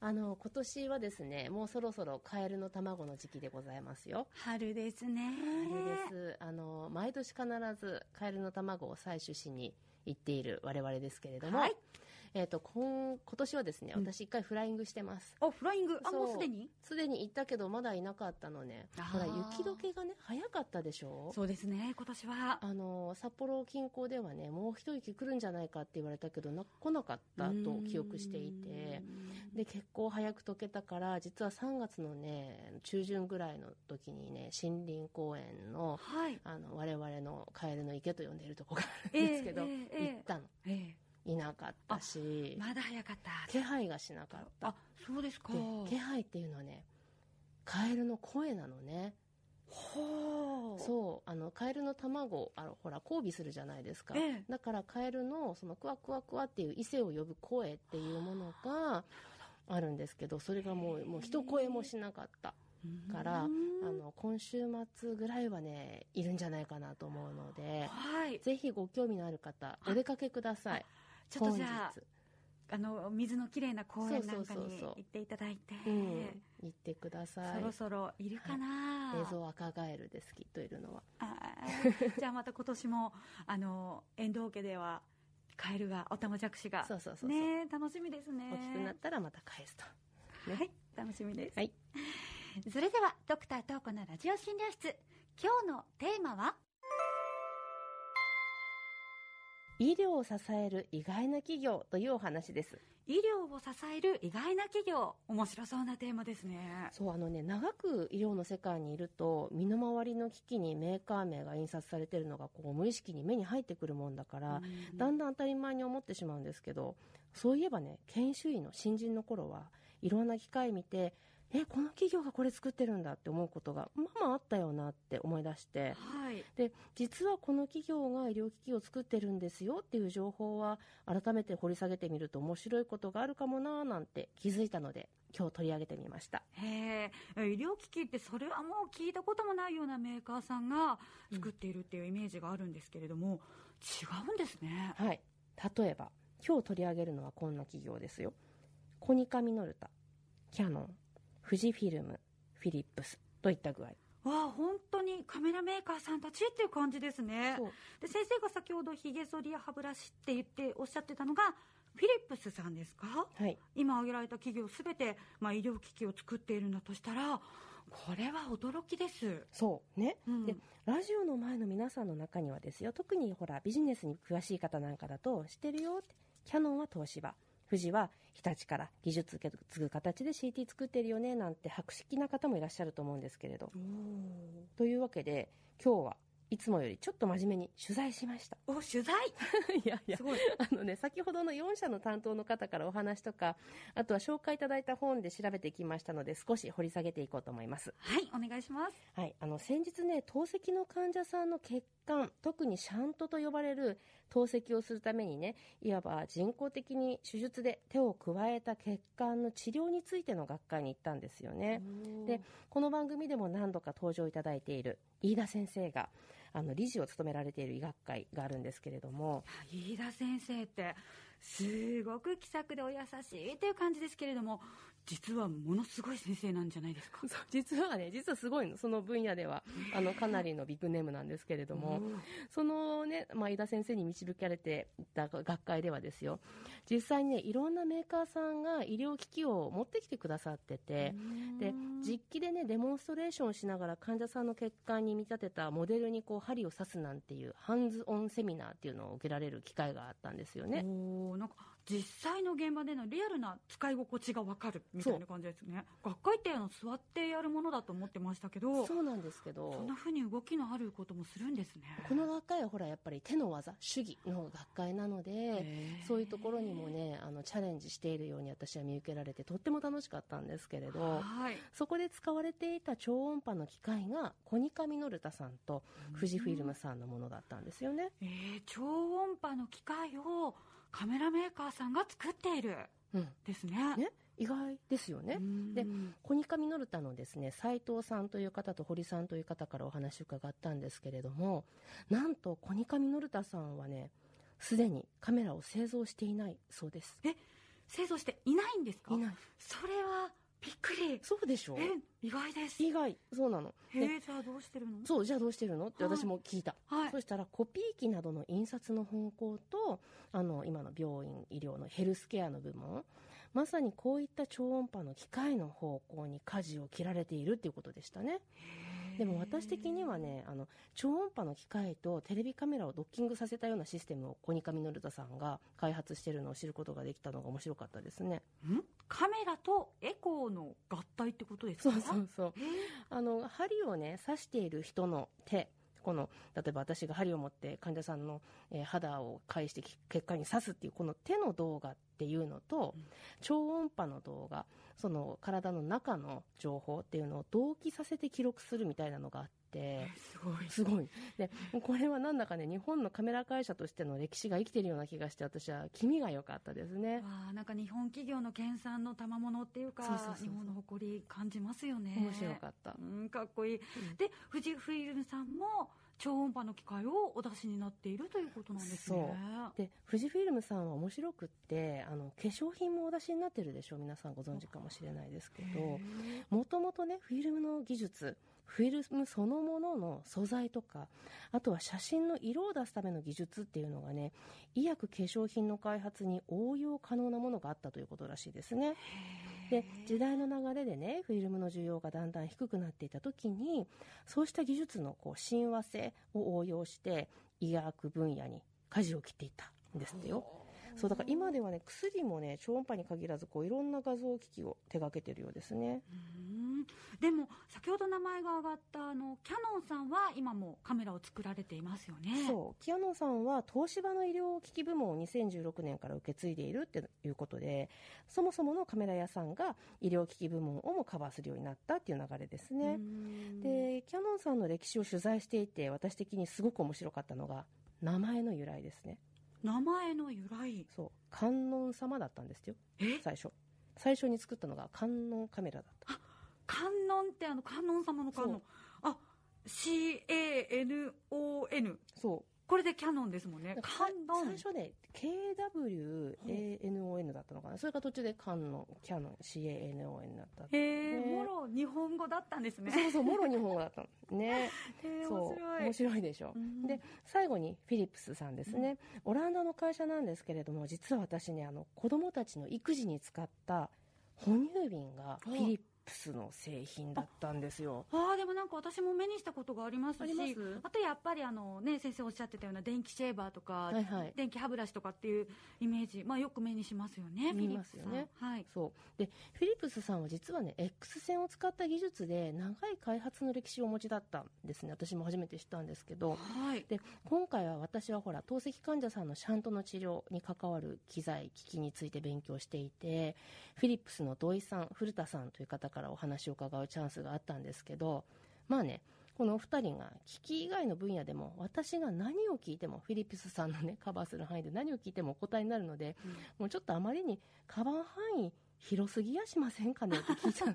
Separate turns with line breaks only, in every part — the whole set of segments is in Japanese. あの今年はですねもうそろそろカエルの卵の時期でございますよ
春ですね。
春ですあの毎年必ずカエルの卵を採取しに行っている我々ですけれども、
はい
えー、と今今年はですね私一回フライングしてます、
あ、フライング。あ、
そう
もうすでに
すでに行ったけどまだいなかったのね
あー
ほら雪解けがね早かったでしょ
そうですね、今年は。
あの札幌近郊ではねもう一息来るんじゃないかって言われたけどな来なかったと記憶していてで結構早く溶けたから実は3月のね中旬ぐらいの時にね森林公園の
はい。
あの我々のカエルの池と呼んでいるとこがあるん ですけど、
ええええええ
行ったの
え
いなかったし、
え。まだ早かった。
気配がしなかった
あ、そうですか。
で気配っていうのはねカエルの声なのね
ほう。
そうあのカエルの卵あのほら交尾するじゃないですか、
ええ
だからカエルのそのクワクワクワっていう異性を呼ぶ声っていうものがあるんですけどそれがもうもう一声もしなかったからあの今週末ぐらいはねいるんじゃないかなと思うので
はい。
ぜひご興味のある方お出かけください
ちょっとじゃあ
本日、
あの、水のきれいな公園なん
そうそ
か
うそう
に
そう
行っていただいて、
うん、行ってくださ
そ
い
ろそろいるかな
映像赤ガエルですきっといるのは
あーじゃあまた今年も、あの、遠藤家では、カエルが、おたまじゃくしが。
そうそうそうそう
ねえ楽しみですね。
大きくなったらまた返すと
はい、楽しみです。
はい
それではドクター東子のラジオ診療室今日のテーマは
医療を支える意外な企業というお話です
医療を支える意外な企業面白そうなテーマですね
そうあのね長く医療の世界にいると身の回りの機器にメーカー名が印刷されてるのがこう無意識に目に入ってくるもんだから、だんだん当たり前に思ってしまうんですけどそういえばね研修医の新人の頃はいろんな機械見てえこの企業がこれ作ってるんだって思うことがまあまああったよなって思い出して
はい
で実はこの企業が医療機器を作ってるんですよっていう情報は改めて掘り下げてみると面白いことがあるかもなーなんて気づいたので今日取り上げてみました
へえ医療機器ってそれはもう聞いたこともないようなメーカーさんが作っているっていうイメージがあるんですけれども、違うんですね
はい例えば今日取り上げるのはこんな企業ですよコニカミノルタキャノン富士フィルムフィリップスといった具合
わあ本当にカメラメーカーさんたちっていう感じですね
そう
で先生が先ほどヒゲ剃りや歯ブラシって言っておっしゃってたのがフィリップスさんですか
はい
今挙げられた企業すべて、まあ、医療機器を作っているんだとしたらこれは驚きです
そうね、
うん
でラジオの前の皆さんの中にはですよ特にほらビジネスに詳しい方なんかだと知ってるよってキャノンは東芝富士は日立から技術受け継ぐ形で CT 作ってるよねなんて博識な方もいらっしゃると思うんですけれどというわけで今日はいつもよりちょっと真面目に取材しました
お取材
いやいや
すごい
あのね先ほどの4社の担当の方からお話とかあとは紹介いただいた本で調べてきましたので少し掘り下げていこうと思います
はいお願いします
はい、あの先日ね透析の患者さんの血管特にシャントと呼ばれる透析をするためにねいわば人工的に手術で手を加えた血管の治療についての学会に行ったんですよね。でこの番組でも何度か登場いただいている飯田先生があの理事を務められている医学会があるんですけれども
飯田先生ってすごく気さくでお優しいという感じですけれども実はものすごい先生なんじゃないですか
そう実はね実はすごいのその分野ではあのかなりのビッグネームなんですけれどもそのね、まあ、井田先生に導かれていた学会ではですよ実際にねいろんなメーカーさんが医療機器を持ってきてくださっててで実機でねデモンストレーションをしながら患者さんの血管に見立てたモデルにこう針を刺すなんていうハンズオンセミナーっていうのを受けられる機会があったんですよね。
おーなんか実際の現場でのリアルな使い心地が分かるみたいな感じですね学会ってあの座ってやるものだと思ってましたけど
そうなんですけど
そんなふうに動きのあることもするんですね
この学会はほらやっぱり手の技手技の学会なので
ー
そういうところにもねあのチャレンジしているように私は見受けられてとっても楽しかったんですけれど
はい
そこで使われていた超音波の機械がコニカミノルタさんと富士フィルムさんのものだったんですよね。
えー超音波の機械をカメラメーカーさんが作っている
うん
ですね。
ね、意外ですよね。でコニカミノルタのですね斉藤さんという方と堀さんという方からお話を伺ったんですけれどもなんとコニカミノルタさんはねすでにカメラを製造していないそうです。
え製造していないんですか
いない。
それはびっくり
そうでしょ
え意外です
意外。そうなの。
へ
で
えじゃあどうしてるの
そう、じゃあどうしてるのって
はい
私も聞いた。
はい
そしたら、コピー機などの印刷の方向と、あの、今の病院、医療のヘルスケアの部門、まさにこういった超音波の機械の方向に舵を切られているっていうことでしたね。でも私的にはね、あの、超音波の機械とテレビカメラをドッキングさせたようなシステムをコニカミノルタさんが開発してるのを知ることができたのが面白かったですね。
んカメラとエコーの合体ってことです
そ
か
うそうそう。
へえ
あの針をね刺している人の手この例えば私が針を持って患者さんの、えー肌を介してき血管に刺すっていうこの手の動画っていうのと、
うん
超音波の動画その体の中の情報っていうのを同期させて記録するみたいなのがあって
え。すごい
すごい。で、これはなんだかね、日本のカメラ会社としての歴史が生きてるような気がして、私は気味が良かったですね。
わあなんか日本企業の研鑽の賜物っていうか
そうそうそうそう
日本の誇り感じますよね
面白かった。
うんかっこいい、で富士フイルムさんも超音波の機械をお出しになっているということなんですね
で、富士フィルムさんは面白くって、あの、化粧品もお出しになってるでしょう。皆さんご存知かもしれないですけど、
へ
もともとね、フィルムの技術、フィルムそのものの素材とか、あとは写真の色を出すための技術っていうのがね、医薬化粧品の開発に応用可能なものがあったということらしいですね。
え
で、時代の流れでね、フィルムの需要がだんだん低くなっていた時に、そうした技術のこう親和性を応用して、医学分野に舵を切っていったんですってよ。そう、だから今ではね、薬もね、超音波に限らず、こう、いろんな画像機器を手掛けてるようですね。
うんでも先ほど名前が挙がったあのキャノンさんは今もカメラを作られていますよね
そう、キヤノンさんは東芝の医療機器部門を2016年から受け継いでいるっていうことで、そもそものカメラ屋さんが医療機器部門をもカバーするようになったっていう流れですね。
ん
で、キャノンさんの歴史を取材していて、私的にすごく面白かったのが、名前の由来ですね。
名前の由来
そう。観音様だったんですよ。
え
最初。最初に作ったのが観音カメラだった。
観音ってあの観音様の観
そ
音あ CANON
そう。
これでキャノンですもんね
なんかさ
観音
最初ね、KWANON だったのかな。それが途中で観音、キャノン、CANON だった。
へえ
ね
もろ日本語だったんですね
そうそう、もろ日本語だったの。ね。
へえ
そう。
面白い
面白いでしょ。
うん
で最後にフィリップスさんですね、オランダの会社なんですけれども実は私ねあの子供たちの育児に使った哺乳瓶がフィリップスの製品だったんですよ。
ああでもなんか私も目にしたことがありますし
あります
あとやっぱりあのね先生おっしゃってたような電気シェーバーとか、
はいはい
電気歯ブラシとかっていうイメージまあよく目にしますよね
見ますよね
フィリップさんはい
そうでフィリップスさんは実はね X 線を使った技術で長い開発の歴史をお持ちだったんですね私も初めて知ったんですけど
はい
で今回は私はほら透析患者さんのシャントの治療に関わる機材機器について勉強していてフィリップスの土井さん古田さんという方からお話を伺うチャンスがあったんですけどまあねこのお二人が機器以外の分野でも私が何を聞いてもフィリップスさんのねカバーする範囲で何を聞いてもお答えになるのでもうちょっとあまりにカバー範囲広すぎやしませんかねって聞い たの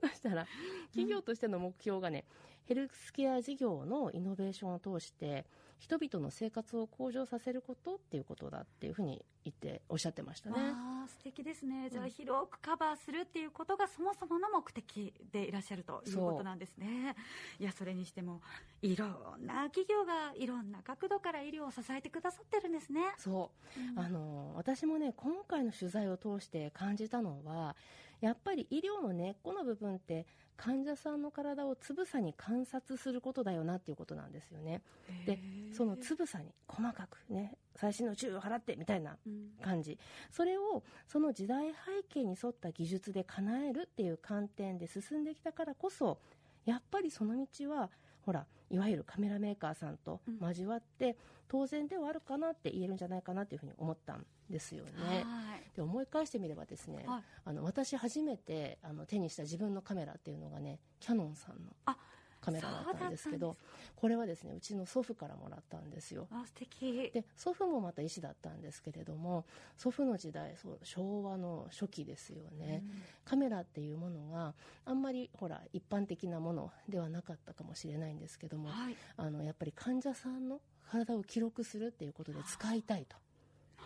そしたら企業としての目標がね、ヘルスケア事業のイノベーションを通して人々の生活を向上させることっていうことだっていうふうに言っておっしゃってましたね。
わあ素敵ですねじゃあ
うん
広くカバーするっていうことがそもそもの目的でいらっしゃるということなんですねいやそれにしてもいろんな企業がいろんな角度から医療を支えてくださってるんですね、
そうう、
ん
あの私もね今回の取材を通して感じたのはやっぱり医療の根っこの部分って患者さんの体をつぶさに観察することだよなっていうことなんですよね。でそのつぶさに細かくね最新の注意を払ってみたいな
うん
感じそれをその時代背景に沿った技術で叶えるっていう観点で進んできたからこそやっぱりその道はほらいわゆるカメラメーカーさんと
うん
交わって当然ではあるかなって言えるんじゃないかなっていうふうに思ったんですよね。
はい
で思い返してみればですね、
はい
あの私初めてあの手にした自分のカメラっていうのがねキャノンさんの
あ
カメラだったんですけど
そうだったん
これはですねうちの祖父からもらったんですよ。
あ素敵
で祖父もまた医師だったんですけれども祖父の時代そう昭和の初期ですよね、カメラっていうものがあんまりほら一般的なものではなかったかもしれないんですけど
うん
も
はい
あのやっぱり患者さんの体を記録するっていうことで使いたい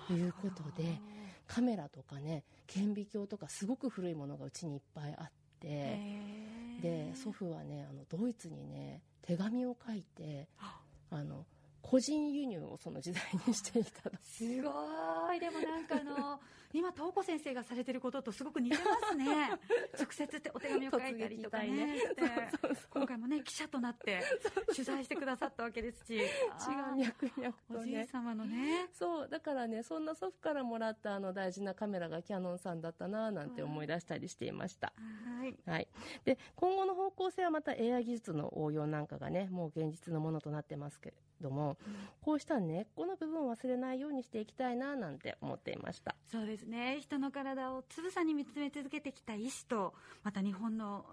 ということでカメラとかね顕微鏡とかすごく古いものがうちにいっぱいあって、で祖父はねあのドイツにね手紙を書いてあの個人輸入をその時代にしてい た
すごいでもなんか あの今東子先生がされてることとすごく似てますね直接ってお手紙を書いたりとかねね今回もね記者となって取材してくださったわけで すし違う
にゃくにゃく
おじい様のね
そうだからねそんな祖父からもらったあの大事なカメラがキヤノンさんだったななんて思い出したりしていました、
はい、
はい、で今後の方向性はまた AI 技術の応用なんかがねもう現実のものとなってますけどもこうした根っこの部分を忘れないようにしていきたいななんて思っていました
そうですね人の体をつぶさに見つめ続けてきた医師とまた日本の、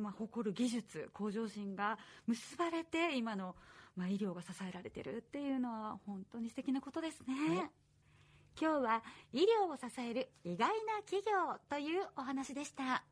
まあ、誇る技術向上心が結ばれて今の、まあ、医療が支えられてるっていうのは本当に素敵なことですね、はい、今日は医療を支える意外な企業というお話でした。